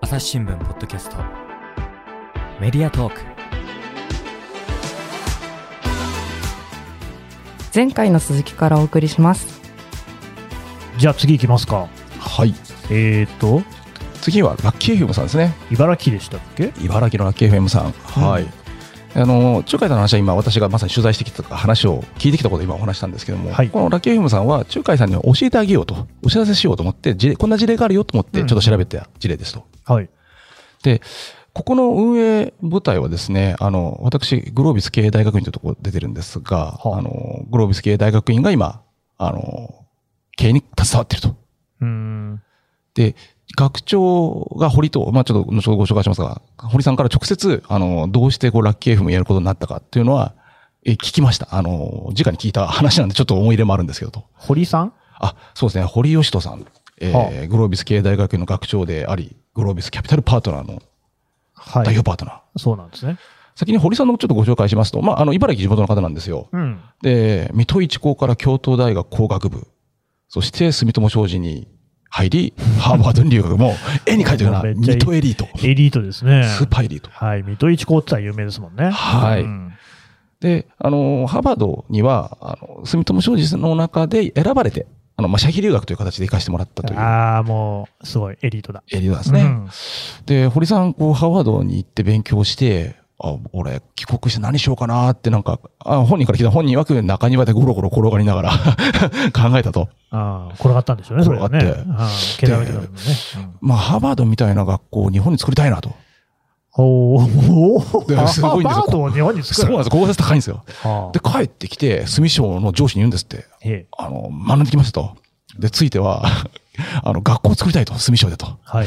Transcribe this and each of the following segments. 朝日新聞ポッドキャストメディアトーク前回の続きからお送りしますじゃあ次行きますか。はい。えーと、次はラッキー FM さんですね。茨城でしたっけ茨城のラッキー FM さん。はい。あの中華の話は今私がまさに取材してきた話を聞いてきたことを今お話したんですけども、はいこのラッキー FM さんは中華さんに教えてあげようとお知らせしようと思って事例こんな事例があるよと思ってちうょんっと調べた事例ですと、はい。ここの運営部隊はですねあの私グロービス経営大学院というところ出てるんですが、はああのグロービス経営大学院が今あの経営に携わってるとうーん。で、学長が堀と、まあ、ちょっと後ほどご紹介しますが、堀さんから直接、あの、どうしてこうラッキー FM やることになったかっていうのは、え、聞きました。あの、直に聞いた話なんでちょっと思い入れもあるんですけどと。堀さんあ、そうですね、堀義人さん、えーはグロービス経営大学院の学長であり、グロービスキャピタルパートナーのは代い表。パートナー。そうなんですね。先に堀さんのちょっとご紹介しますと、まあ、あの、茨城地元の方なんですよ。うん。で、水戸一高から京都大学工学部、そして住友商事に入 り、ハーバードに留学も、絵に描いてるようめな、っちゃいい水戸エリート。エリートですね。スーパーエリート。はい。水戸一高って言ったら有名ですもんね。はいうんで、あの、ハーバードには、あの、住友商事の中で選ばれて、あの、まあ、社費留学という形で行かせてもらったというああ、もう、すごい、エリートだ。エリートなんですね。うんで、堀さん、こう、ハーバードに行って勉強して、あ、俺、帰国して何しようかなって、なんか、あ本人から来た本人曰く中庭でゴロゴロ転がりながら 考えたと。ああ、転がったんでしょうね、それはね。転ああ蹴られてたもんね。うんまあ、ハーバードみたいな学校を日本に作りたいなと。おーであすごいんです ハーよバードを日本にそう作なんるです。高校高いんですよ。はあで、帰ってきて、住所の上司に言うんですって。ええあの、学んできましたと。で、ついては、 あの、学校を作りたいと、住所でと。はい。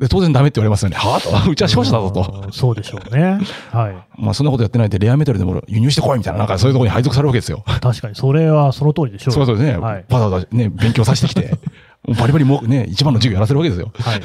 で、当然ダメって言われますよね。は ぁと。うちは商社だぞうと。んそうでしょうね。はい。まあ、そんなことやってないで、レアメタルでも輸入してこいみたいな、なんかそういうところに配属されるわけですよ。確かに、それはその通りでしょうよ。そうそうですね。はい。パタパタね、勉強させてきて、 バリバリもうね、一番の授業やらせるわけですよ。はい。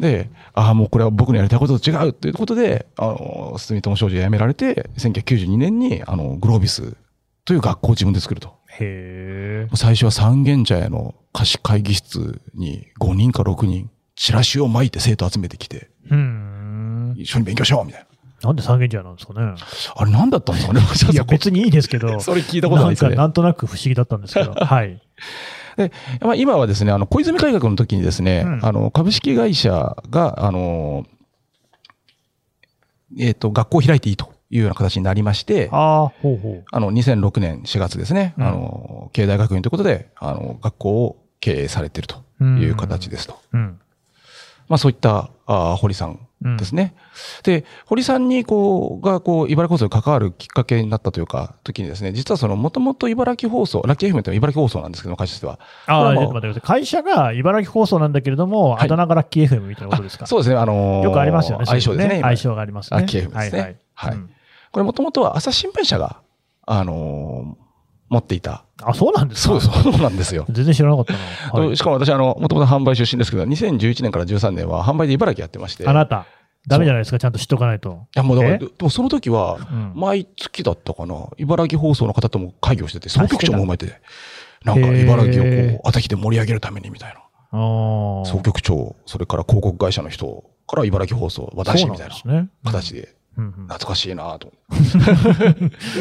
で、ああ、もうこれは僕のやりたいことと違うということで、あの、住友商事を辞められて、1992年に、あの、グロービスという学校を自分で作ると。へえ。最初は三軒茶屋の貸し会議室に5人か6人、チラシを巻いて生徒集めてきて、うん。一緒に勉強しようみたいな。なんで三軒茶屋なんですかね。あれ何だったんですかね いや、別にいいですけど。 それ聞いたことないんですか、ね。なんとなく不思議だったんです けど。はい。まあ、今はですね、あの、小泉改革の時にですね、うんあの、株式会社が、あの、えっ、と、学校を開いていいというような形になりまして、あああ、ほうほう。の、2006年4月ですね、うんあの、経営大学院ということで、あの、学校を経営されているという形ですと。うん。まあ、そういった、あー堀さんうんですね。で、堀さんに、こう、が、こう、茨城放送に関わるきっかけになったというか、時にですね、実はその、もともと茨城放送、ラッキー FM っていうのは茨城放送なんですけども、会社としては。ああ、まあちょっと待ってください。会社が茨城放送なんだけれども、はいあだ名がラッキー FM みたいなことですか。そうですね、あのーよくありますよね。相性ですね。今相性がありますね。ラッキー FM ですねはいはい。はいうんこれ、もともとは朝日新聞社が、あのー持っていた。あ、そうなんですかそうそうなんですよ。全然知らなかったな。はいとしかも私、あの、もともと販売出身ですけど、2011年から13年は販売で茨城やってまして。あいなた、ダメじゃないですか。ちゃんと知っとかないと。や、もうだから、えでもその時は、うん毎月だったかな、茨城放送の方とも会議をしてて、総局長も覚えてて、なんかへー茨城をこう、朝日で盛り上げるためにみたいな。ああ。総局長、それから広告会社の人から茨城放送、私みたいなそうなんですね。形で、うんうん懐かしいなと思って。い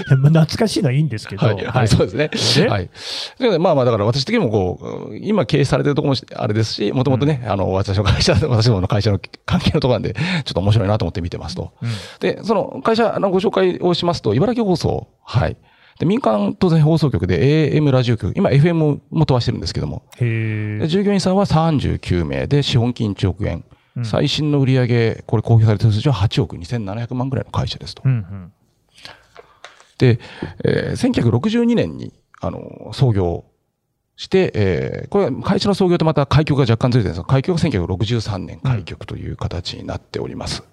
やまあ懐かしいのはいいんですけど。はい、はい、そうですね。ではい。ということで、まあまあ、だから私的にもこう、うん今経営されてるところもしあれですし、もともとね、あの、私の会社、 私どもの会社の関係のところなんで、ちょっと面白いなと思って見てますと。うんで、その会社のご紹介をしますと、茨城放送、はい。で、民間当然放送局で AM ラジオ局、今 FM も飛ばしてるんですけども、へでえ。従業員さんは39名で、資本金1億円。うん最新の売上これ公表されてる数字は8億2700万ぐらいの会社ですとう。んうん。で、えー1962年に、あのー創業して、えーこれは会社の創業とまた開局が若干ずれてるんですが、開局が1963年開局という形になっております。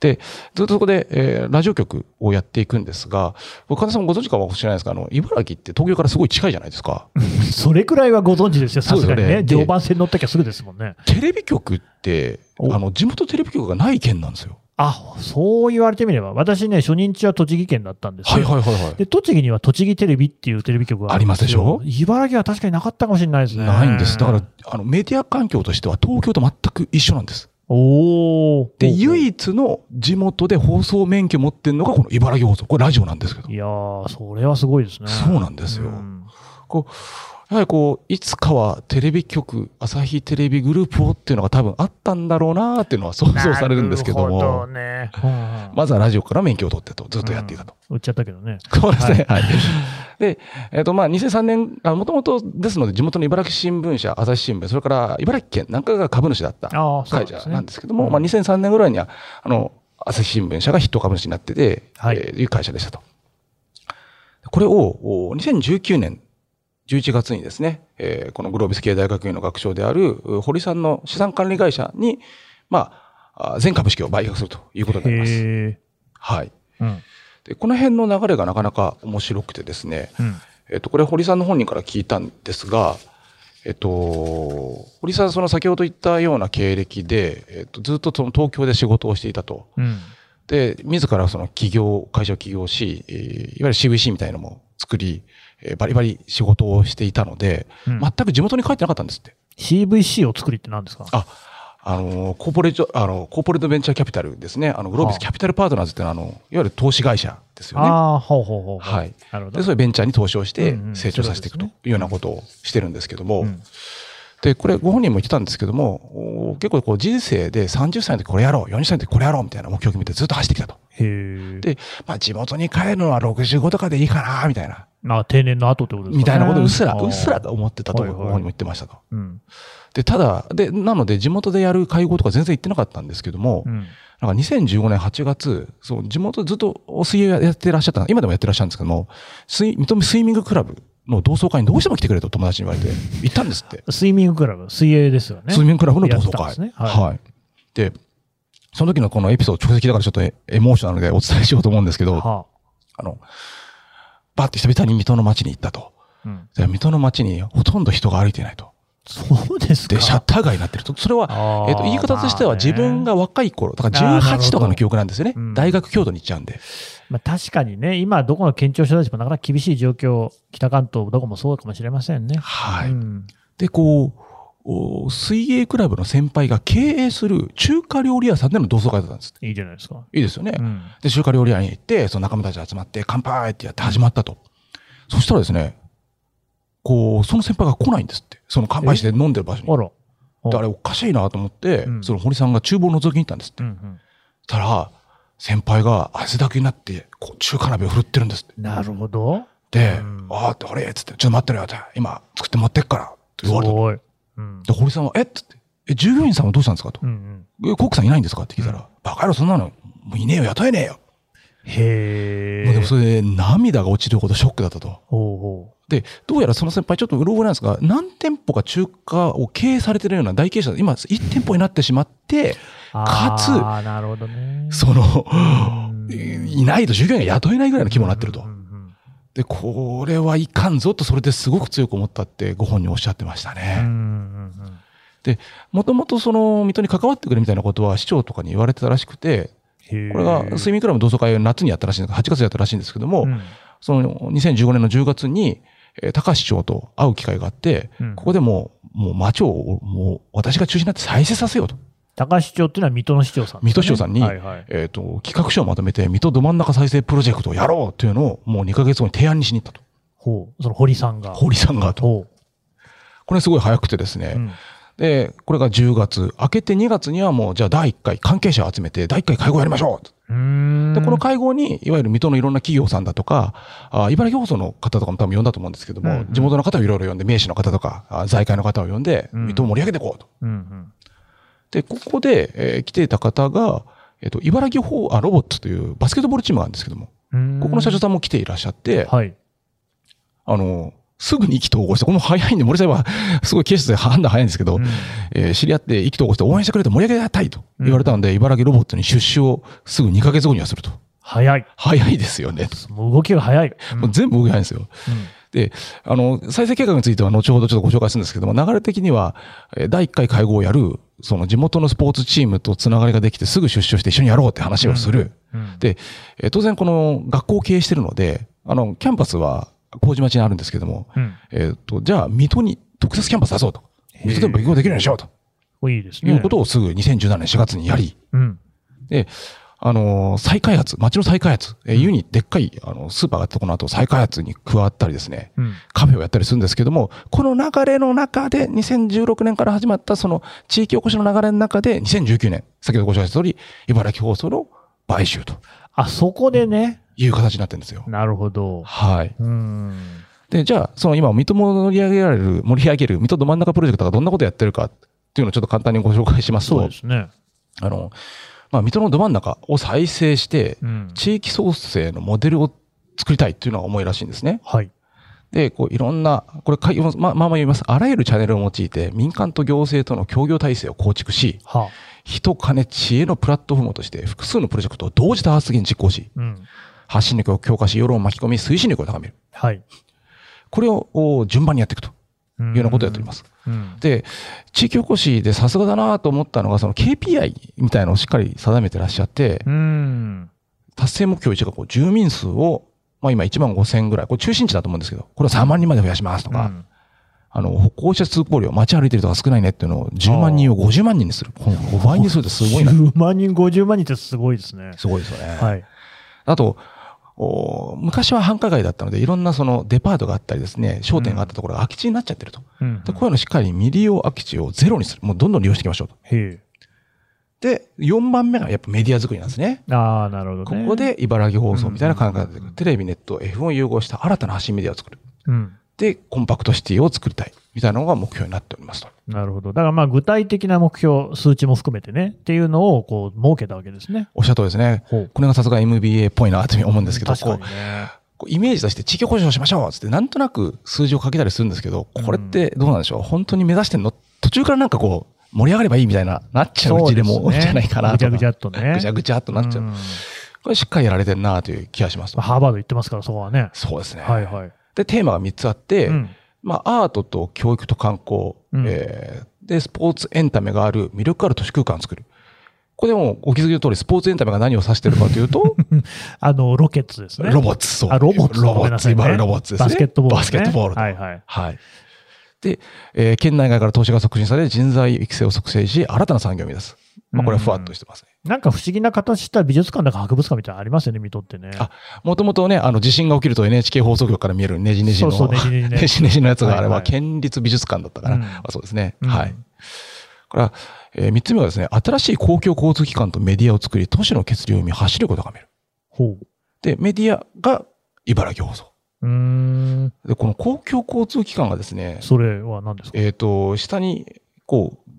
で、ずっとそこで、えーラジオ局をやっていくんですが、岡田さんもご存知かもしれないですが、あの、茨城って東京からすごい近いじゃないですか。それくらいはご存知ですよ、さすがにそうですね。ね常磐線乗ったきゃすぐですもんね。テレビ局って、おあの、地元テレビ局がない県なんですよ。あ、そう言われてみれば、私ね、初任地は栃木県だったんですはいよ。はいはいはい。で、栃木には栃木テレビっていうテレビ局がるんよありま茨城は確かになかったかもしれないですね。ないんです。だから、あの、メディア環境としては東京と全く一緒なんです。おお。で、唯一の地元で放送免許持ってるのがこの茨城放送。これラジオなんですけど。いやー、それはすごいですね。そうでなんですよ。こう、やはりこう、いつかはテレビ局、朝日テレビグループをっていうのが多分あったんだろうなーっていうのは想像されるんですけどなるほども、ね。まずはラジオから免許を取ってと、ずっとやっていたと。売っちゃったけどね。そうですね。はい。で、えっ、と、まあ、2003年、あもともとですので、地元の茨城新聞社、朝日新聞、それから茨城県なんかが株主だったああ、そう会で社すなねん。ですけども、まあ、2003年ぐらいには、あの、朝日新聞社が筆頭株主になってて、はいいえーいう会社でしたと。これを、お2019年11月にですね、えーこのグロービス系大学院の学長である、う堀さんの資産管理会社に、まあ、あ全株式を売却するということになります。へえ。はい。うん。で、この辺の流れがなかなか面白くてですね、うん。えっと、これ、堀さんの本人から聞いたんですが、えっと、堀さん、その先ほど言ったような経歴で、えっと、ずっとその東京で仕事をしていたと。うん。で、自らその起業、会社を起業し、えーいわゆる CVC みたいなのも作り、えーバリバリ仕事をしていたので、うん全く地元に帰ってなかったんですって。 CVC を作りって何ですかああの、コーポレート、あの、コーポレートベンチャーキャピタルですね。あの、グローはビスあキャピタルパートナーズっていうのは、あの、いわゆる投資会社ですよね。ああ、ほうほうほうほう。はい。なるほど。で、それベンチャーに投資をしてうんうん成長させていくとそういでうようなことをしてるんですけども、うんで、これご本人も言ってたんですけども、お結構こう人生で30歳の時これやろう、40歳の時これやろうみたいな目標を決めてずっと走ってきたと。へえ。で、まあ地元に帰るのは65とかでいいかな、みたいな、まあ、定年の後ってことですかね。みたいなことをうっすら、あーうっすらと。思ってたとはいはごい本人も言ってましたと。うん。で、ただ、で、なので地元でやる会合とか全然行ってなかったんですけども、うん。なんか2015年8月、そう、地元ずっとお水泳やってらっしゃった、今でもやってらっしゃるんですけども、スイ認めスイミングクラブの同窓会にどうしても来てくれと友達に言われて、行ったんですって。スイミングクラブ、水泳ですよね。スイミングクラブの同や窓っ会。てたんですねははいい、で、その時のこのエピソード直接だからちょっとエエモーショナルでお伝えしようと思うんですけど、はあの、バッて久々に水戸の街に行ったと。あうん。で水戸の街にほとんど人が歩いていないと。そうですか。で、シャッター街になってると。それは、あーえっと、言い方としてはまあね自分が若い頃、だかあーらなるほど18とかの記憶なんですよねうん。大学京都に行っちゃうんで。まあ、確かにね、今、どこの県庁所在地もなかなか厳しい状況、北関東、どこもそうかもしれませんね。はい。うんで、こう、お水泳クラブの先輩が経営する中華料理屋さんでの同窓会だったんです。いいじゃないですか。いいですよね。うんで、中華料理屋に行って、その仲間たちが集まって、乾杯ってやって始まったと。そしたらですね、こう、その先輩が来ないんですって。その乾杯して飲んでる場所にあ。ら。であれおかしいなと思って、うんその堀さんが厨房を覗きに行ったんですって。うんうんそしたら、先輩が汗だくになって、こう、中華鍋を振るってるんですって。なるほど。で、うんああって、あれっつって、ちょっと待ってろよって、今作って持ってっからっすて言われた。ごい。うんで、堀さんは、えっつって、え、従業員さんはどうしたんですかとう。んうんえ、コックさんいないんですかって聞いたら、バカ野郎そんなの、もういねえよ、雇えねえよ。へもうでえも。それで涙が落ちるほどショックだったと。ほうほで、どうやらその先輩、ちょっとうろ覚えなんですが、何店舗か中華を経営されてるような大経営者で、今、1店舗になってしまって、う。かつああ、なるほどね。その、うんいないと従業員が雇えないぐらいの規模になってるとうんう。んで、これはいかんぞと、それですごく強く思ったって、ご本人おっしゃってましたうんうんね。うんうんもともとその、水戸に関わってくるみたいなことは、市長とかに言われてたらしくて、へえこれが、睡眠クラブ同窓会を夏にやったらしいんです8月にやったらしいんですけども、うんその2015年の10月に、えー高橋市長と会う機会があって、うんここでもう、もう町を、もう私が中心になって再生させようと。高市長っていうのは水戸の市長さんですね。水戸市長さんにはいはい。えっ、と、企画書をまとめて、水戸ど真ん中再生プロジェクトをやろうというのを、もう2ヶ月後に提案にしに行ったと。ほう。その堀さんが。堀さんがと。ほこれすごい早くてですね。う。うんで、これが10月、明けて2月にはもう、じゃあ第1回、関係者を集めて、第1回会合やりましょうとうーん。で、この会合に、いわゆる水戸のいろんな企業さんだとか、あ茨城放送の方とかも多分呼んだと思うんですけども、うんうん地元の方をいろいろ呼んで、名士の方とか、あ財界の方を呼んで、うん水戸を盛り上げていこうと。うんうんで、ここで、えー来ていた方が、えっ、と、茨城放あ、ロボットというバスケットボールチームがあるんですけども、うんここの社長さんも来ていらっしゃって、はい。あの、すぐに意気投合して、これも早いんで、森さんは、 すごいケースで判断早いんですけど、うんえー知り合って意気投合して応援してくれて盛り上げたいと言われたので、茨城ロボットに出資をすぐ2ヶ月後にはすると。早い。早いですよね。もう動きが早い。もう全部動けないんですよ。で、あの、再生計画については後ほどちょっとご紹介するんですけども、流れ的には、えー第1回会合をやる、その地元のスポーツチームとつながりができてすぐ出資をして一緒にやろうって話をする。うんうんで、えー当然この学校を経営してるので、あの、キャンパスは麹町にあるんですけども、うんえっ、と、じゃあ水戸に特設キャンパス出そうと。え水戸でも勉強できるようにしようと。これいいですね。いうことをすぐ2017年4月にやり、うん。あの、再開発、町の再開発、えー湯にでっかいあのスーパーがあって、この後再開発に加わったりですね、うん。カフェをやったりするんですけども、この流れの中で、2016年から始まったその地域おこしの流れの中で、2019年、先ほどご紹介した通り、茨城放送の買収とあ、そこでね。いう形になってるんですよ。なるほど。はい。うん。で、じゃあ、その今、水戸も盛り上げられる、盛り上げる、水戸ど真ん中プロジェクトがどんなことやってるかっていうのをちょっと簡単にご紹介しますそうとで、すね。あの、まあ、水戸のど真ん中を再生して、うん。地域創生のモデルを作りたいというのが思いらしいんですね。はい。で、こういろんな、これかい、まあまあまあ言います。あらゆるチャンネルを用いて、民間と行政との協業体制を構築し、はあ。人、金、知恵のプラットフォームとして、複数のプロジェクトを同時多発的に実行し、うん。発信力を強化し、世論を巻き込み、推進力を高める。はい。これをお順番にやっていくといいうようなことをやっております。うん。で、地域おこしでさすがだなと思ったのが、その KPI みたいなのをしっかり定めてらっしゃって、うん。達成目標1がこう住民数を、まあ今1万5千ぐらい、これ中心地だと思うんですけど、これを3万人まで増やしますととか、あの、歩行者通行量、街歩いてる人が少ないねっていうのを10万人を50万人にする。この5倍にするってすごいな。 10万人、50万人ってすごいですね。すごいですよね。はい。あと、お昔は繁華街だったので、いろんなそのデパートがあったりですね、商店があったところが空き地になっちゃってると。うんでこういうのしっかり未利用空き地をゼロにする。もうどんどん利用していきましょうと。へえ。で、4番目がやっぱメディア作りなんですね。ああ、なるほどこね。こ、で茨城放送みたいな考え方でうん、テレビ、ネット、F を融合した新たな発信メディアを作る。うん。で、コンパクトシティを作りたい。みたいなのが目標になっておりますと。なるほど。だからまあ具体的な目標、数値も含めてね、っていうのをこう設けたわけですね。おっしゃる通りですね。ほう。これがさすが MBA っぽいなと思うんですけど、確かこうにね。こうイメージとして地域保障をしましょうっつって、なんとなく数字をかけたりするんですけど、これってどうなんでしょう、本当に目指してんの途中からなんかこう、盛り上がればいいみたいな、なっちゃうジレも多いんじゃないかなぐちとか。ゃぐちゃっとね。ぐちゃぐちゃっとなっちゃう。んこれしっかりやられてるなという気がしますと。ハーバード行ってますから、そこはね。そうですね。はいはい。で、テーマが3つあって、うんまあ、アートと教育と観光、うんえーで、スポーツエンタメがある魅力ある都市空間を作る。ここでもうお気づきの通り、スポーツエンタメが何を指してるかというと、あの、ロケッツですね。ロボッツ、そう。あロボッツロごボめんッなツ、さいね今のロボッツですね。バスケットボールね。バスケットボールと。はいはい。はい。で、えー県内外から投資が促進され、人材育成を促成し、新たな産業を生み出す。まあ、これはふわっとしてますね。なんか不思議な形した美術館だか博物館みたいなのありますよね、水戸ってね。あもともとね、あの、地震が起きると NHK 放送局から見えるねじねじの、そうそうねじねじねじ ねじのやつがあれはいはば、い県立美術館だったかな。うんまあそうですね。うんはい。これは、えー、3つ目はですね、新しい公共交通機関とメディアを作り、都市の血流を生み、走力を高める。ほで、メディアが茨城放送。う。うーん。で、この公共交通機関がですね、それは何ですかえっ、と、下に、こう、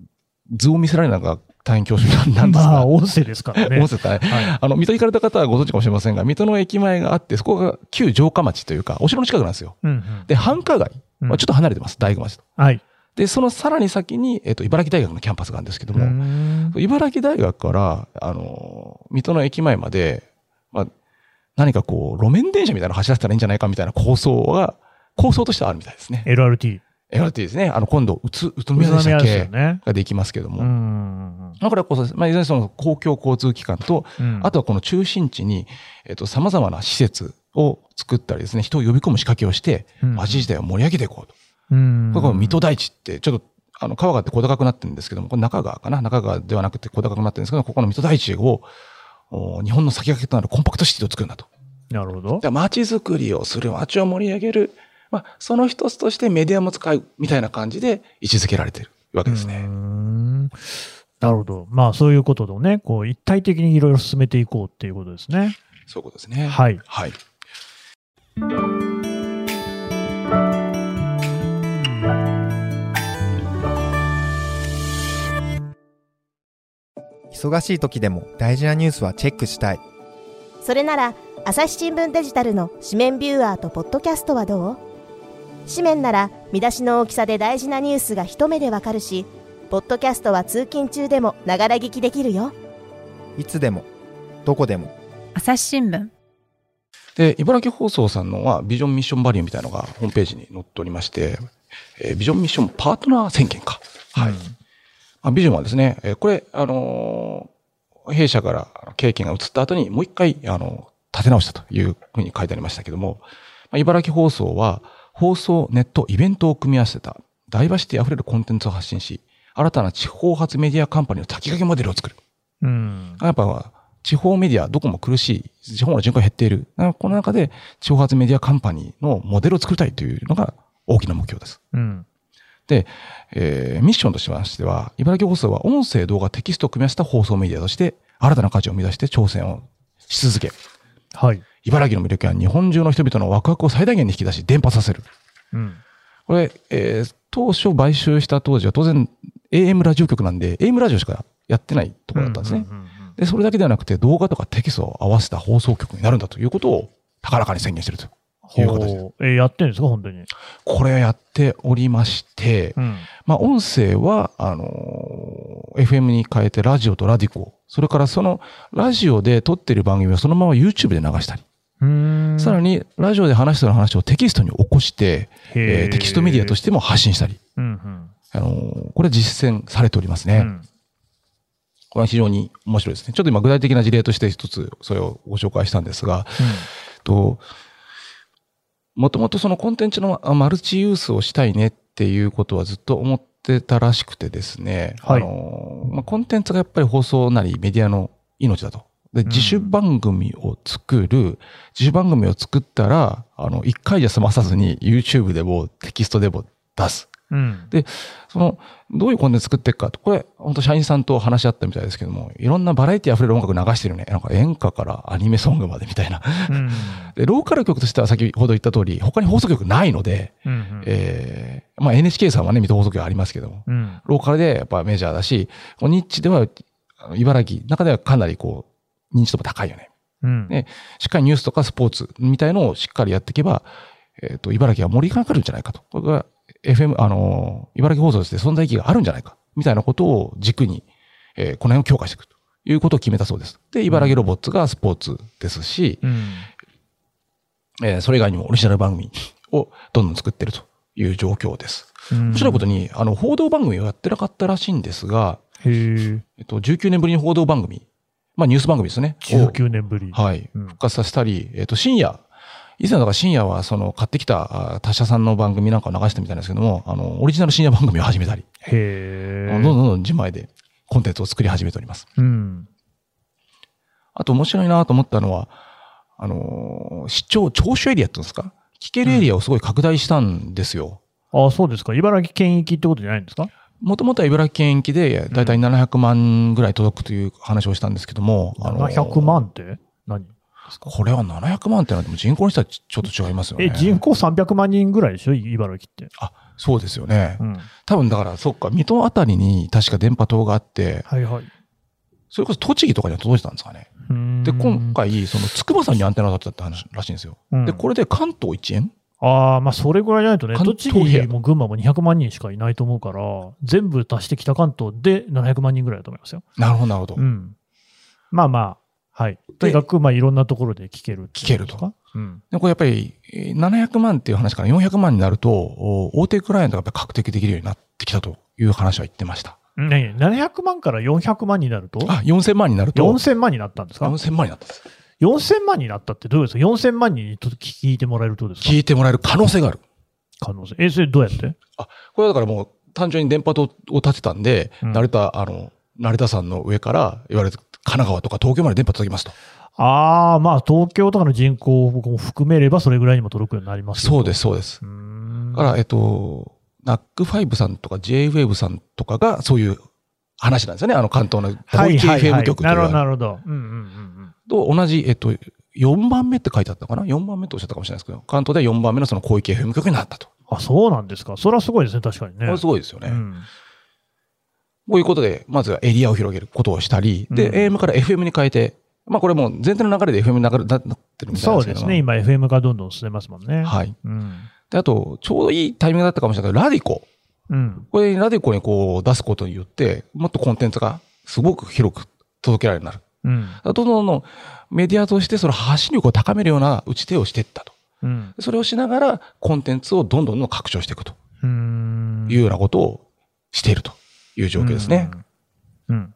図を見せられないのが大変恐縮なんですまが、あ、音声ですからね。思ってたね。はい。あの、水戸行かれた方はご存知かもしれませんが、水戸の駅前があって、そこが旧城下町というか、お城の近くなんですよ。うんうんで、繁華街、うんまあ、ちょっと離れてます、大工町と。はい。で、そのさらに先に、えっ、と、茨城大学のキャンパスがあるんですけども、も茨城大学から、あのー、水戸の駅前まで、まあ、何かこう、路面電車みたいなの走らせたらいいんじゃないかみたいな構想が、構想としてはあるみたいですね。 LRT。 LRT ですね。あの、今度、宇都宇都宇宮で都した宮っですよけね。ができますけども。うんうんまあ、これはこそです。まあ、いずれにその公共交通機関と、うん。あとはこの中心地に、えっと、様々な施設を作ったりですね、人を呼び込む仕掛けをして、うん、街自体を盛り上げていこうと。うん。これこれ水戸台地って、ちょっと、あの、川があって小高くなってるんですけども、これ中川かな中川ではなくて小高くなってるんですけど、ここの水戸台地を、お日本の先駆けとなるコンパクトシティを作るんだと。なるほどだか。ら街づくりをする、街を盛り上げる、まあ、その一つとしてメディアも使う、みたいな感じで位置づけられてるわけですね。うーんなるほど。まあ、そういうことでね、こう、一体的にいろいろ進めていこうっていうことですね。そういうことですね。はい。はい。忙しい時でも大事なニュースはチェックしたいそれなら朝日新聞デジタルの紙面ビューアーとポッドキャストはどう紙面なら見出しの大きさで大事なニュースが一目でわかるしポッドキャストは通勤中でもながら聞きできるよいつでもどこでも朝日新聞で、茨城放送さんのはビジョンミッションバリューみたいなのがホームページに載っておりまして、えービジョンミッションパートナー宣言か。はい。まあ、ビジョンはですね、えーこれ、あのー弊社からあの経験が移った後にもう一回、あのー立て直したというふうに書いてありましたけども、まあ、茨城放送は放送、ネット、イベントを組み合わせたダイバーシティ溢れるコンテンツを発信し、新たな地方発メディアカンパニーの先駆けモデルを作る。うん。やっぱ、地方メディア、どこも苦しい。地方の人口減っている。だからこの中で、地方発メディアカンパニーのモデルを作りたいというのが大きな目標です。うん。えーミッションとしましては、茨城放送は音声、動画、テキストを組み合わせた放送メディアとして、新たな価値を生み出して挑戦をし続け、はい。茨城の魅力や日本中の人々のワクワクを最大限に引き出し、伝播させる。うん。これ、えー当初買収した当時は当然 AM ラジオ局なんで、AM ラジオしかやってないところだったんですね。うんうんうんで、それだけではなくて動画とかテキストを合わせた放送局になるんだということを高らかに宣言してると。いう形ですほうえーやってるんですか、本当に。これをやっておりまして、うん。まあ、音声は、あのー FM に変えてラジオとラディコ、それからそのラジオで撮ってる番組をそのまま YouTube で流したり、うーん。さらにラジオで話してる話をテキストに起こして、えーテキストメディアとしてても発信したり、うんあのーこれ実践されておりますうん。ね。これは非常に面白いですね。ちょっと今具体的な事例として一つそれをご紹介したんですが、と、もともとそのコンテンツのあマルチユースをしたいねっていうことはずっと思ってたらしくてですね、はいあのまあ、コンテンツがやっぱり放送なりメディアの命だと。で、ん自主番組を作る、自主番組を作ったら、あの、一回じゃ済まさずに YouTube でもテキストでも出す。うん。うんでその、どういうコンテンツ作っていくかと、これ、本当社員さんと話し合ったみたいですけども、いろんなバラエティ溢れる音楽流してるね。なんか演歌からアニメソングまでみたいな。うんで、ローカル局としては先ほど言った通り、他に放送局ないので、うんえーまあ NHK さんはね、水戸放送局ありますけども、うん。ローカルでやっぱメジャーだし、こうニッチでは、あの茨城の中ではかなりこう、認知度も高いよね。うん。ねしっかりニュースとかスポーツみたいのをしっかりやっていけば、えっ、と、茨城は盛り上がるんじゃないかと。これが FM、あのー茨城放送として存在意義があるんじゃないか、みたいなことを軸に、えーこの辺を強化していくということを決めたそうです。で、茨城ロボッツがスポーツですし、うん。えーそれ以外にもオリジナル番組をどんどん作ってるという状況です。面面白いことに、あの、報道番組をやってなかったらしいんですが、へえ。えっと、19年ぶりに報道番組、まあニュース番組ですね。を19年ぶり。はい。うん復活させたり、えっと、深夜、以前だから深夜はその買ってきたあー他社さんの番組なんかを流してたみたいなんですけども、あの、オリジナル深夜番組を始めたり、へどんえ。どんどんどん自前でコンテンツを作り始めております。うん。あと面白いなと思ったのは、あのー、視聴、聴取エリアって言うんですか聞けるエリアをすごい拡大したんですよ。あ、そうですか。茨城県域ってことじゃないんですかもともとは茨城県域で、だいたい700万ぐらい届くという話をしたんですけども、あの ?700 万って何これは700万ってのはでも人口にしたらちちょっと違いますよね。え、人口300万人ぐらいでしょ茨城って。そうですよね。うん。多分だから、そっか、水戸あたりに確か電波塔があって、はいはい。それこそ栃木とかには届いてたんですかね。で、今回、その筑波山にアンテナが立ってたって話らしいんですよ。回で、これで関東一円ああ、まあ、それぐらいじゃないとね、関栃東平野木も群馬も200万人しかいないと思うから、全部足して北関東で700万人ぐらいだと思いますよ。なるほど、なるほど。うん。まあまあ、はい。とにかく、まあ、いろんなところで聞けるっていうことか。うん。で、これやっぱり、えー700万っていう話から400万になると、お大手クライアントがやっぱり獲得できるようになってきたという話は言ってました。ね700万から400万になると、あ、4000万になると、 4000万になったんですか4000万になったんです。 4000万になったってどういうことですか ?4000 万人に聞いてもらえるってことです聞いてもらえる可能性がある。か可能性。え、それどうやってこれはだからもう単純に電波塔を立てたんで、うん成田、あの、成田山の上から、いわゆる神奈川とか東京まで電波届きますと。ああ、まあ、東京とかの人口も含めれば、それぐらいにも届くようになりますそうでです、そうです。す。うーんだから、えっと、NAC5 さんとか JWAVE さんとかがそういう話なんですよね。あの関東のはいはいはい FM 局となるほど、なかるほど。うんうんうんと同じ、えっと、4番目って書いてあったかな ?4 番目とおっしゃったかもしれないですけど、関東で4番目のその広域 FM 局になったと。うん。あ、そうなんですか。それはすごいですね、確かにね。これすごいですようね。ん。こういうことで、まずはエリアを広げることをしたり、で、うん AM から FM に変えて、まあこれもう全体の流れで FM に流れななってるみたいそなんうけでどすね、。今 FM がどんどん進んでますもんね。はい。うん。で、あと、ちょうどいいタイミングだったかもしれないけど、ラディコ。うん。これ、ラディコにこう出すことによって、もっとコンテンツがすごく広く届けられるようになる。うん。どんどんどんどんメディアとしてその発信力を高めるような打ち手をしていったと。うん。それをしながらコンテンツをどんどんどんどん拡張していくとういうようなことをしているという状況ですね。。うん。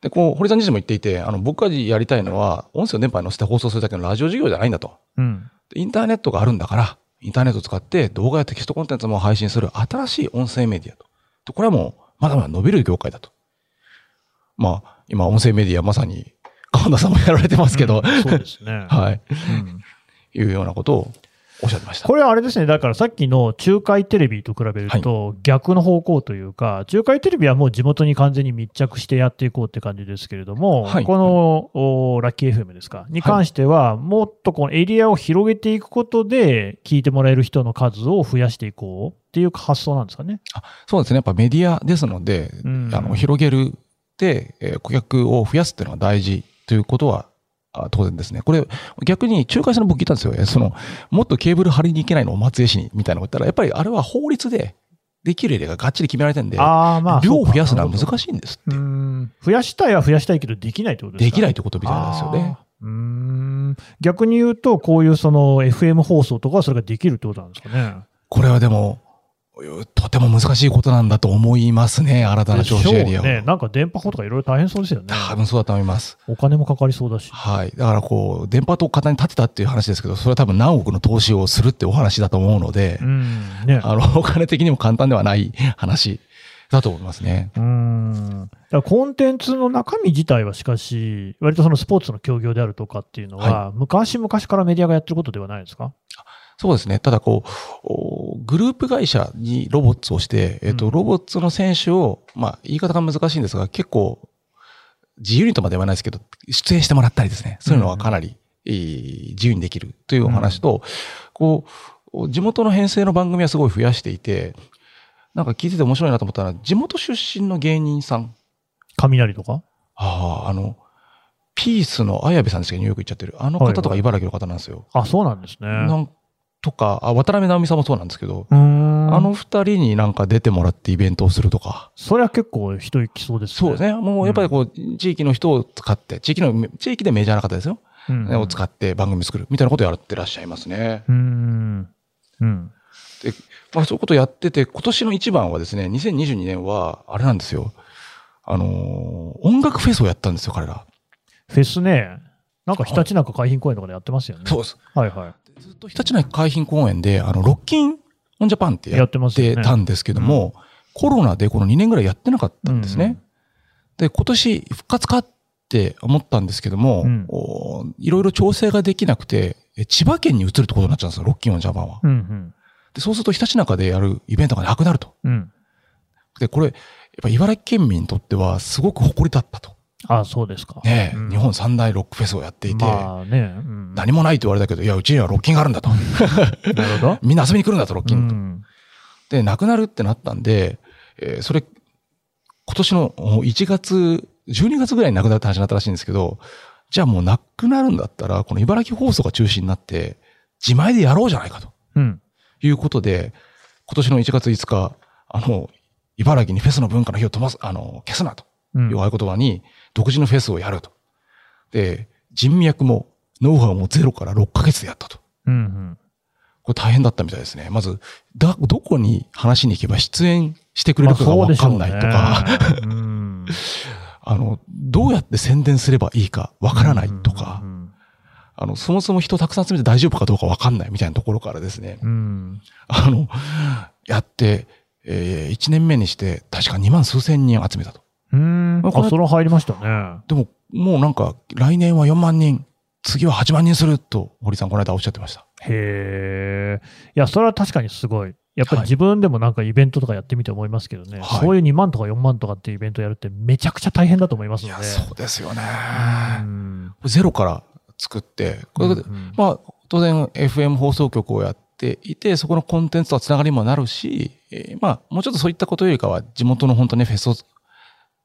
で、こう、堀さん自身も言っていて、あの、僕がやりたいのは、音声を電波に乗せて放送するだけのラジオ事業じゃないんだと。うん。でインターネットがあるんだから、インターネットを使って動画やテキストコンテンツも配信する新しい音声メディアと。でこれはもう、まだまだ伸びる業界だと。まあ、今、音声メディアまさに、神田さんもやられてますけど、そうですね。 はい、うんいうようなことをおっしゃってました。これはあれですね、だからさっきの仲介テレビと比べると逆の方向というか、仲介テレビはもう地元に完全に密着してやっていこうって感じですけれども、はいこの、おラッキー FM ですか、に関しては、もっとこのエリアを広げていくことで、聞いてもらえる人の数を増やしていこうっていう発想なんですかね。そうですね。やっぱメディアですので、うんあの広げるで、えー顧客を増やすっていうのは大事ということは、あ当然ですね。これ、逆に仲介者の僕聞いたんですよ。えその、もっとケーブル張りに行けないのを松江市に、みたいなこと言ったら、やっぱりあれは法律で、できるエリアががっちり決められてるんで、ああ、まあ、量を増やすのはそうか難しいんですって。うん増やしたいは増やしたいけど、できないってことですでかきないってことみたいなんですよね。あー。うーん逆に言うと、こういうその FM 放送とかはそれができるってことなんですかね。これはでも、とても難しいことなんだと思いますね。新たなで聴取エリしょアうを。ね。なんか電波法とかいろいろ大変そうですよね。多分そうだと思います。お金もかかりそうだし。はい。だからこう、電波塔を型に立てたっていう話ですけど、それは多分何億の投資をするってお話だと思うのでう、ん。ね。あの、お金的にも簡単ではない話だと思いますね。うん。だからコンテンツの中身自体はしかし、割とそのスポーツの競業であるとかっていうのは、昔々からメディアがやってることではないですかそうですね。ただこう、おグループ会社にロボッツをして、えっ、うと、んロボッツの選手を、まあ、言い方が難しいんですが、結構、自由にとまでは言わないですけど、出演してもらったりですね。そういうのはかなり、えー自由にできるというお話と、こう、地元の編成の番組はすごい増やしていて、なんか聞いてて面白いなと思ったのは、地元出身の芸人さん。雷とかああ、あの、ピースの綾部さんですけど、ニューヨーク行っちゃってる。あの方とはかいはい茨城の方なんですよ。あ、そうなんですね。なんとか、あ、渡辺直美さんもそうなんですけど、うーん。あの二人になんか出てもらってイベントをするとか。それは結構人行きそうですね。そうですね。もうやっぱりこう、地域の人を使って、地域の、地域でメジャーな方ですよ。うん。を使って番組作るみたいなことをやってらっしゃいますね。うん。うん。まあそういうことをやってて、今年の一番はですね、2022年は、あれなんですよ。あのー音楽フェスをやったんですよ、彼ら。フェスね。なんかひたちなか海浜公園とかでやってますよね。そうです。はいはずっとひたちなか海浜公園で、あの、ロッキンオンジャパンってい。ややっってますてよね。たんですけども、コロナでこの2年ぐらいやってなかったんですね。うんうんで、今年復活かって思ったんですけども、うんおいろいろ調整ができなくて、え千葉県に移るってことになっちゃうんですよ、ロッキンオンジャパンは。うんうん。で、そうするとひたちなかでやるイベントがなくなると。うん。で、これ、やっぱ茨城県民にとってはすごく誇りだったと。あそうですか。ねえ、うん日本三大ロックフェスをやっていて、まあね。うん何もないと言われたけど、いや、うちにはロッキンがあるんだと。なるほど。みんな遊びに来るんだと、ロッキンと。うんで、亡くなるってなったんで、えーそれ、今年のお1月、12月ぐらいに亡くなるって話になったらしいんですけど、じゃあもう亡くなるんだったら、この茨城放送が中心になって、自前でやろうじゃないかとうん。いうことで、今年の1月5日、あの、茨城にフェスの文化の火を飛ばす、あの、消すなとう。いうん合言葉に、独自のフェスをやると。で、人脈も、ノウハウもゼロから6ヶ月でやったと。うんこれ大変だったみたいですね。まず、だ、どこに話しに行けば出演してくうん。れまあるかがそうわでしかょうんねないとか、 うん。あの、どうやって宣伝すればいいかわからないとかう、ん。あの、そもそも人たくさん集めて大丈夫かどうかわかんないみたいなところからですね、うん。あの、やって、え1年目にして確か2万数千人集めたと。うん。これあ、それ入りましたね。でも、もうなんか、来年は4万人、次は8万人すると、堀さんこの間おっしゃってました。へえ。いや、それは確かにすごい。やっぱりはい自分でもなんかイベントとかやってみて思いますけどね、はいそういう2万とか4万とかっていうイベントやるってめちゃくちゃ大変だと思いますいのや、で。そうですよね。うんこれゼロから作って、これうんまあ、当然 FM 放送局をやっていて、そこのコンテンツとはつながりもなるし、えーまあ、もうちょっとそういったことよりかは、地元の本当にフェスを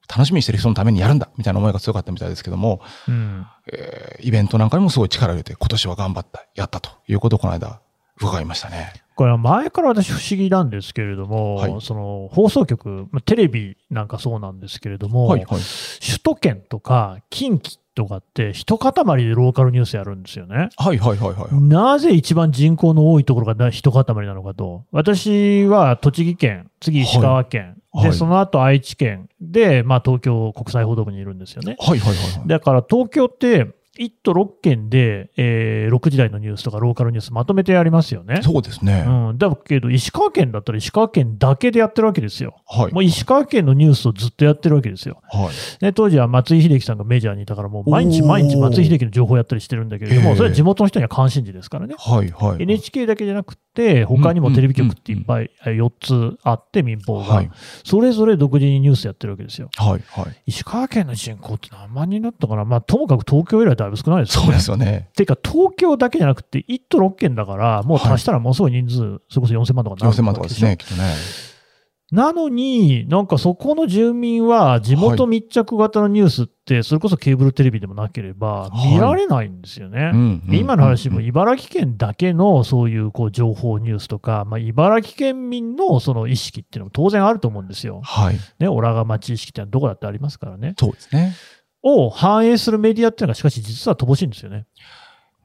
楽しみにしてる人のためにやるんだ、みたいな思いが強かったみたいですけども、うんえーイベントなんかにもすごい力を入れて、今年は頑張った、やったということをこの間伺いましたね。これは前から私不思議なんですけれども、はいその放送局、まあテレビなんかそうなんですけれども、はい、はい。首都圏とか近畿とかって一塊でローカルニュースやるんですよね。はい、はい、はい、はい。なぜ一番人口の多いところがな一塊なのかと。私は栃木県、次石川県、はいはで、いその後愛知県で、まあ東京国際報道部にいるんですよね。はい、はい、はい。だから東京って、 1都6県で、えー6時台のニュースとかローカルニュースまとめてやりますよね。そうですね。うん、だけど、石川県だったら石川県だけでやってるわけですよ。はい。もう石川県のニュースをずっとやってるわけですよ。はい。ね、当時は松井秀喜さんがメジャーにいたから、もう毎日おー毎日松井秀喜の情報やったりしてるんだけれどへーも、それは地元の人には関心事ですからね。はい。はい。 NHK だけじゃなくて、他にもテレビ局っていっぱいえー4つあって、民放はがい。。それぞれ独自にニュースやってるわけですよ。はい。はい。石川県の人口って何万人だったかな、まあ、ともかく東京よりはだいぶ少ないですよそうね。ですよね。てか、東京だけじゃなくて、1都6県だから、もう足したらものすごい人数、それこそ4000万とかになる4000万とかですね、きっとね。なのに、なんかそこの住民は、地元密着型のニュースって、それこそケーブルテレビでもなければ、はい見られないんですよね。うんで今の話もい。茨城県だけのそういうこう情報ニュースとか、まあ、茨城県民のその意識っていうのも当然あると思うんですよ。はい。ね、オラが町意識ってのはどこだってありますからね。そうですね。を反映するメディアっていうのがしかし実は乏しいんですよね。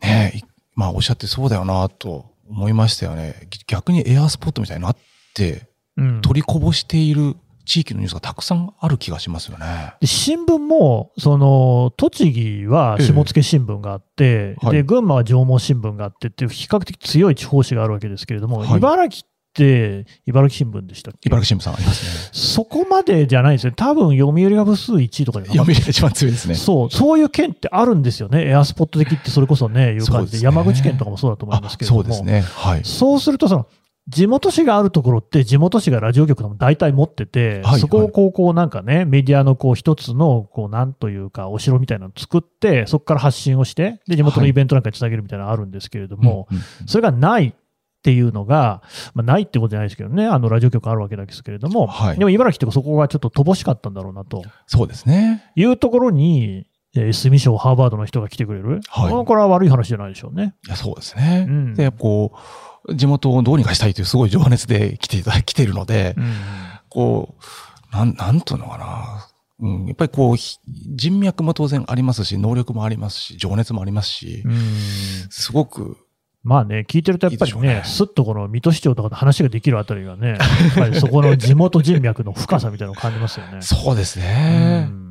ねえ、いまあおっしゃってそうだよなと思いましたよね。ぎ逆にエアースポットみたいになってうん、取りこぼしている地域のニュースがたくさんある気がしますよね。で新聞もその栃木は下野新聞があって、ええはいで群馬は上毛新聞があってっていう比較的強い地方紙があるわけですけれども、はい茨城って茨城新聞でしたっけ茨城新聞さんありますそこまでじゃないですね、多分読売が部数1位とかじね。ゃなかった読売が一番強いですね。そうそういう県ってあるんですよね、エアスポット的ってそれこそね、いうそう感でじすで、ね山口県とかもそうだと思いあますけれどそも、うですね。はい。そうするとその、地元紙があるところって、地元紙がラジオ局でも大体持ってて、はいそこをこう、こうなんかね、メディアのこう一つの、こうなんというか、お城みたいなのを作って、そこから発信をして、で、地元のイベントなんかにつなげるみたいなのあるんですけれども、うん、うんそれがないっていうのが、まあ、ないってことじゃないですけどね、あのラジオ局あるわけですけれども、はいでも茨城ってそこがちょっと乏しかったんだろうなとそうですね。いうところに、えー、住所ハーバードの人が来てくれる、はいまあこれは悪い話じゃないでしょうね。いや、そうですね。うんで、やっぱこう、地元をどうにかしたいというすごい情熱で来ていただ、来ているので、こう、なん、なんというのかな。うん、やっぱりこう、ひ人脈も当然ありますし、能力もありますし、情熱もありますし、うんすごく、まあね、聞いてるとやっぱりいいでしょうねね、すっとこの水戸市長とかと話ができるあたりがね、やっぱりそこの地元人脈の深さみたいなのを感じますよね。 そうですうね。ん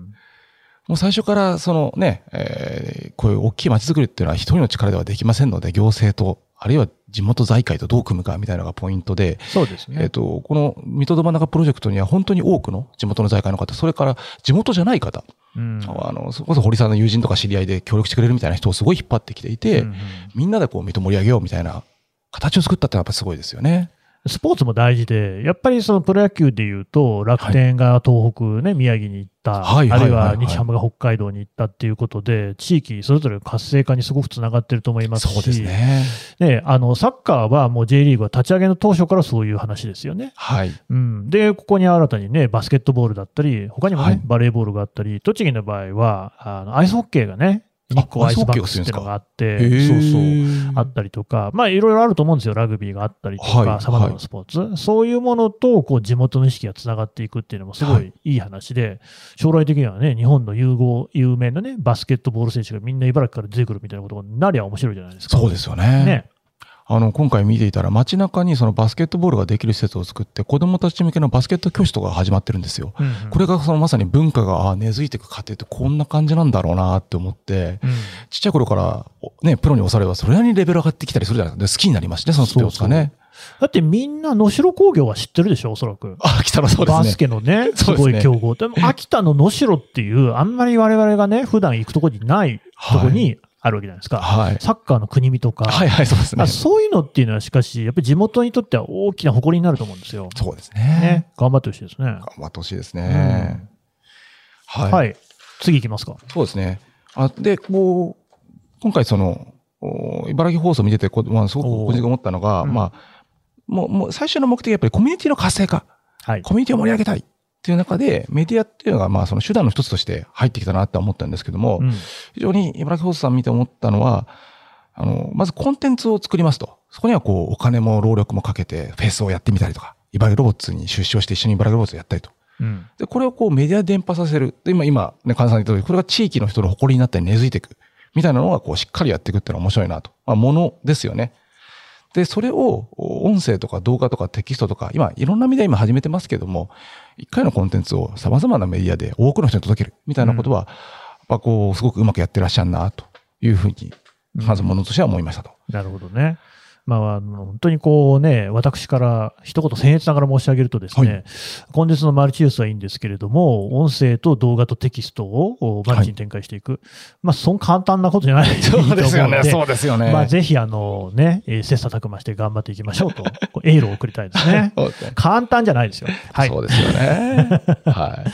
もう最初から、そのね、えーこういう大きい街づくりっていうのは一人の力ではできませんので、行政と、あるいは地元財界とどう組むかみたいなのがポイントで、そうですえっ、ね。と、この水戸ど真ん中プロジェクトには本当に多くの地元の財界の方、それから地元じゃない方、うんあの、それこそ堀さんの友人とか知り合いで協力してくれるみたいな人をすごい引っ張ってきていて、うんみんなでこう水戸盛り上げようみたいな形を作ったってのはやっぱすごいですよね。スポーツも大事で、やっぱりそのプロ野球でいうと、楽天が東北、ね、宮城に行った、はいはいあるいはいははい日ハムが北海道に行ったっていうことで、地域それぞれの活性化にすごくつながってると思いますし、そうですね。ねあのサッカーはもう J リーグは立ち上げの当初からそういう話ですよね。はい。うん、で、ここに新たにね、バスケットボールだったり、他にもね、はいバレーボールがあったり、栃木の場合は、あのアイスホッケーがね、日あ光アイスバックスっていうのがあって、そうそう、あったりとか、まあ、いろいろあると思うんですよ、ラグビーがあったりとはいはか、いさまざまなスポーツ、そういうものとこう地元の意識がつながっていくっていうのも、すごはいいい話で、将来的にはね、日本の融合、有名なね、バスケットボール選手がみんな茨城から出てくるみたいなことになりゃ面白いじゃないですか。そうですよね。ねあの、今回見ていたら街中にそのバスケットボールができる施設を作って子供たち向けのバスケット教室とかが始まってるんですよ。これがそのまさに文化があ根付いていく過程ってこんな感じなんだろうなって思って、うんちっちゃい頃からおね、プロに押されればそれなりにレベル上がってきたりするじゃないですか。で好きになりまして、そのスポーツがね。だってみんな能代工業は知ってるでしょ、おそらく。あ、来たらそうですバね。スケのね、す そうですねごい強豪。でも、秋田の能代っていう、あんまり我々がね、普段行くとこにないとこにあるわけじゃないですか。はい。サッカーの国見とか。はいはい、そうですねあ。そういうのっていうのは、しかし、やっぱり地元にとっては大きな誇りになると思うんですよ。そうですねね。。頑張ってほしいですね。頑張ってほしいですね。はい。はい。次行きますか。そうですね。あで、こう、今回その、お茨城放送見てて、こまあ、すごく個人的に思ったのが、おーうんまあ、もう、もう最初の目的はやっぱりコミュニティの活性化、はい。コミュニティを盛り上げたいっていう中で、メディアっていうのが、まあ、その手段の一つとして入ってきたなって思ったんですけども、うん非常に茨城放送さん見て思ったのは、あの、まずコンテンツを作りますと。そこにはこう、お金も労力もかけて、フェスをやってみたりとか、茨城ロボッツに出資をして一緒に茨城ロボッツをやったりと。うんで、これをこうメディア伝播させる。で、今、今、ね、神田さんが言った通り、これが地域の人の誇りになって根付いていく。みたいなのが、こう、しっかりやっていくっていうのは面白いなと。まあ、ものですよね。で、それを、お音声とか動画とかテキストとか、今、いろんなメディア今始めてますけども、一回のコンテンツを様々なメディアで多くの人に届ける。みたいなことは、やっぱこう、すごくうまくやってらっしゃるなと。いうふうに、まずものとしては思いましたと。なるほどね。まあ、あの本当にこうね、私から一言僭越ながら申し上げるとですね、はい今月のマルチユースはいいんですけれども、音声と動画とテキストをおマルチに展開していく。まあ、そん簡単なことじゃないと思うので、 うですよ。まあ、ぜひ、あのね、えー切磋琢磨して頑張っていきましょうと、こうエールを送りたいですね そうですね簡単じゃないですよ。はい。そうですよ ね。はい。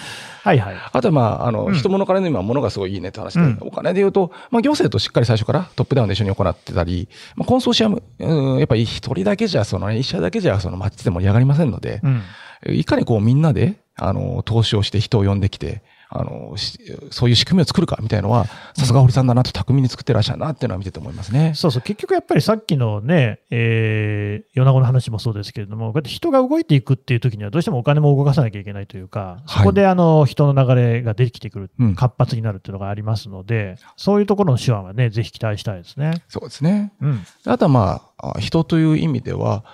はいはい。あとはまあ、あの、うん人物からの今、物がすごいいいねって話で、うんお金で言うと、まあ、行政としっかり最初からトップダウンで一緒に行ってたり、まあ、コンソーシアム、うん、やっぱり一人だけじゃ、その、一社だけじゃ、その、街で盛り上がりませんので、うん。いかにこう、みんなで、あの、投資をして人を呼んできて、あの、しそういう仕組みを作るか、みたいのは、さすが堀さんだなと、巧みに作ってらっしゃるなっていうのは見てて思いますね。そうそう、結局やっぱりさっきのね、えー、米子の話もそうですけれども、こうやって人が動いていくっていう時には、どうしてもお金も動かさなきゃいけないというか、はいそこであの人の流れができてくる、うん活発になるっていうのがありますので、そういうところの手腕はね、ぜひ期待したいですね。そうですね。うん、あとはまあ、あ人という意味では、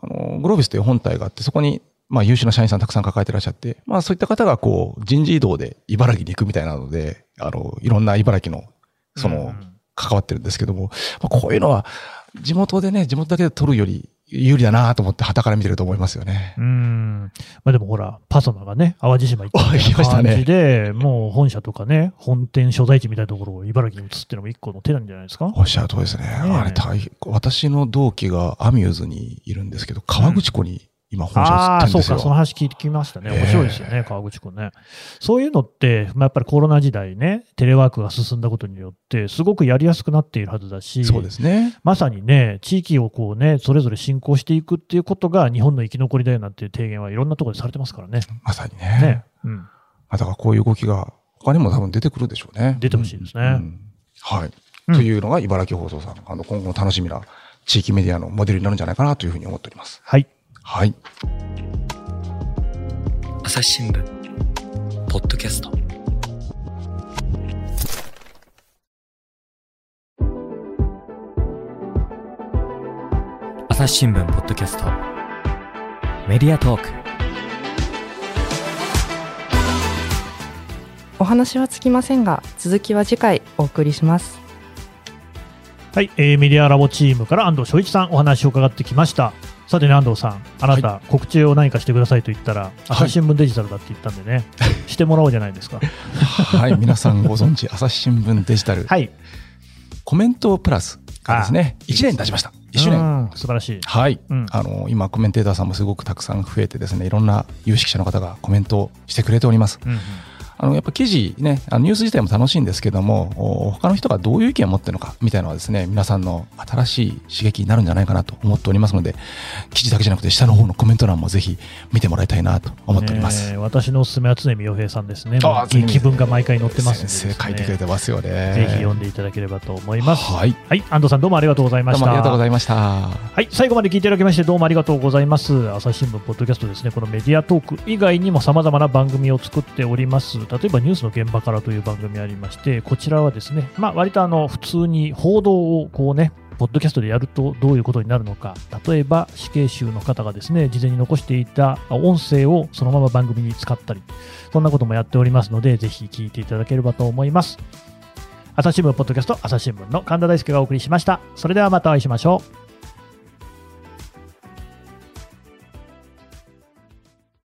あの、グロービスという本体があって、そこに、まあ、優秀な社員さんたくさん抱えてらっしゃって、まあ、そういった方が、こう、人事異動で茨城に行くみたいなので、あの、いろんな茨城の、その、うん関わってるんですけども、まあ、こういうのは、地元でね、地元だけで取るより有利だなと思って、旗から見てると思いますよねう。んまあ、でもほら、パソナがね、淡路島行ったみたい行きまなした感ねじで、もう本社とかね、本店所在地みたいなところを茨城に移ってのも一個の手なんじゃないですか。おっしゃる通りですね。えあれ大変、私の同期がアミューズにいるんですけど、川口湖に今本社あ移あってるんそうですよ。か、その話聞いてきましたね。面白いですよね、川口君ね。そういうのって、まあ、やっぱりコロナ時代ね、テレワークが進んだことによって、すごくやりやすくなっているはずだし、そうですね。まさにね、地域をこうね、それぞれ振興していくっていうことが、日本の生き残りだよなんていう提言はいろんなところでされてますからね。まさにねねうん、まあだからこういう動きが、他にも多分出てくるでしょうね。出てほしいですね。うんはい。うんというのが茨城放送さん、あの、今後の楽しみな地域メディアのモデルになるんじゃないかなというふうに思っております。はい。はい。朝日新聞ポッドキャスト朝日新聞ポッドキャストメディアトークお話はつきませんが、続きは次回お送りします。はい、えーメディアラボチームから安藤昭一さんお話を伺ってきましたさてね安藤さんあなた、告知を何かしてくださいと言ったら朝日新聞デジタルだって言ったんで ね、してもらおうじゃないですか はい。皆さんご存知、朝日新聞デジタル、はいコメントプラスがですね、1年経ちました。1周年。うん素晴らしいはい。うんあの、今、コメンテーターさんもすごくたくさん増えてですね、いろんな有識者の方がコメントをしてくれております。うんうんあのやっぱ記事ね、あのニュース自体も楽しいんですけども、お他の人がどういう意見を持ってるのかみたいなのはですね、皆さんの新しい刺激になるんじゃないかなと思っておりますので、記事だけじゃなくて下の方のコメント欄もぜひ見てもらいたいなと思っております。ねえ私のおすすめは常見洋平さんですねあ常見気分が毎回載ってますんでですね、先生書いてくれてますよね。ぜひ読んでいただければと思いますはい。どはい安藤さんどうもありがとうございまうしもたありがとうございました。はい、最後まで聞いていただきましてどうもありがとうございます。朝日新聞ポッドキャストですね、このメディアトーク以外にも様々な番組を作っております。例えばニュースの現場からという番組ありまして、こちらはですね、まあ割とあの普通に報道をこうね、ポッドキャストでやるとどういうことになるのか、例えば死刑囚の方がですね、事前に残していた音声をそのまま番組に使ったり、そんなこともやっておりますので、ぜひ聞いていただければと思います。朝日新聞ポッドキャスト、朝日新聞の神田大輔がお送りしました。それではまたお会いしましょう。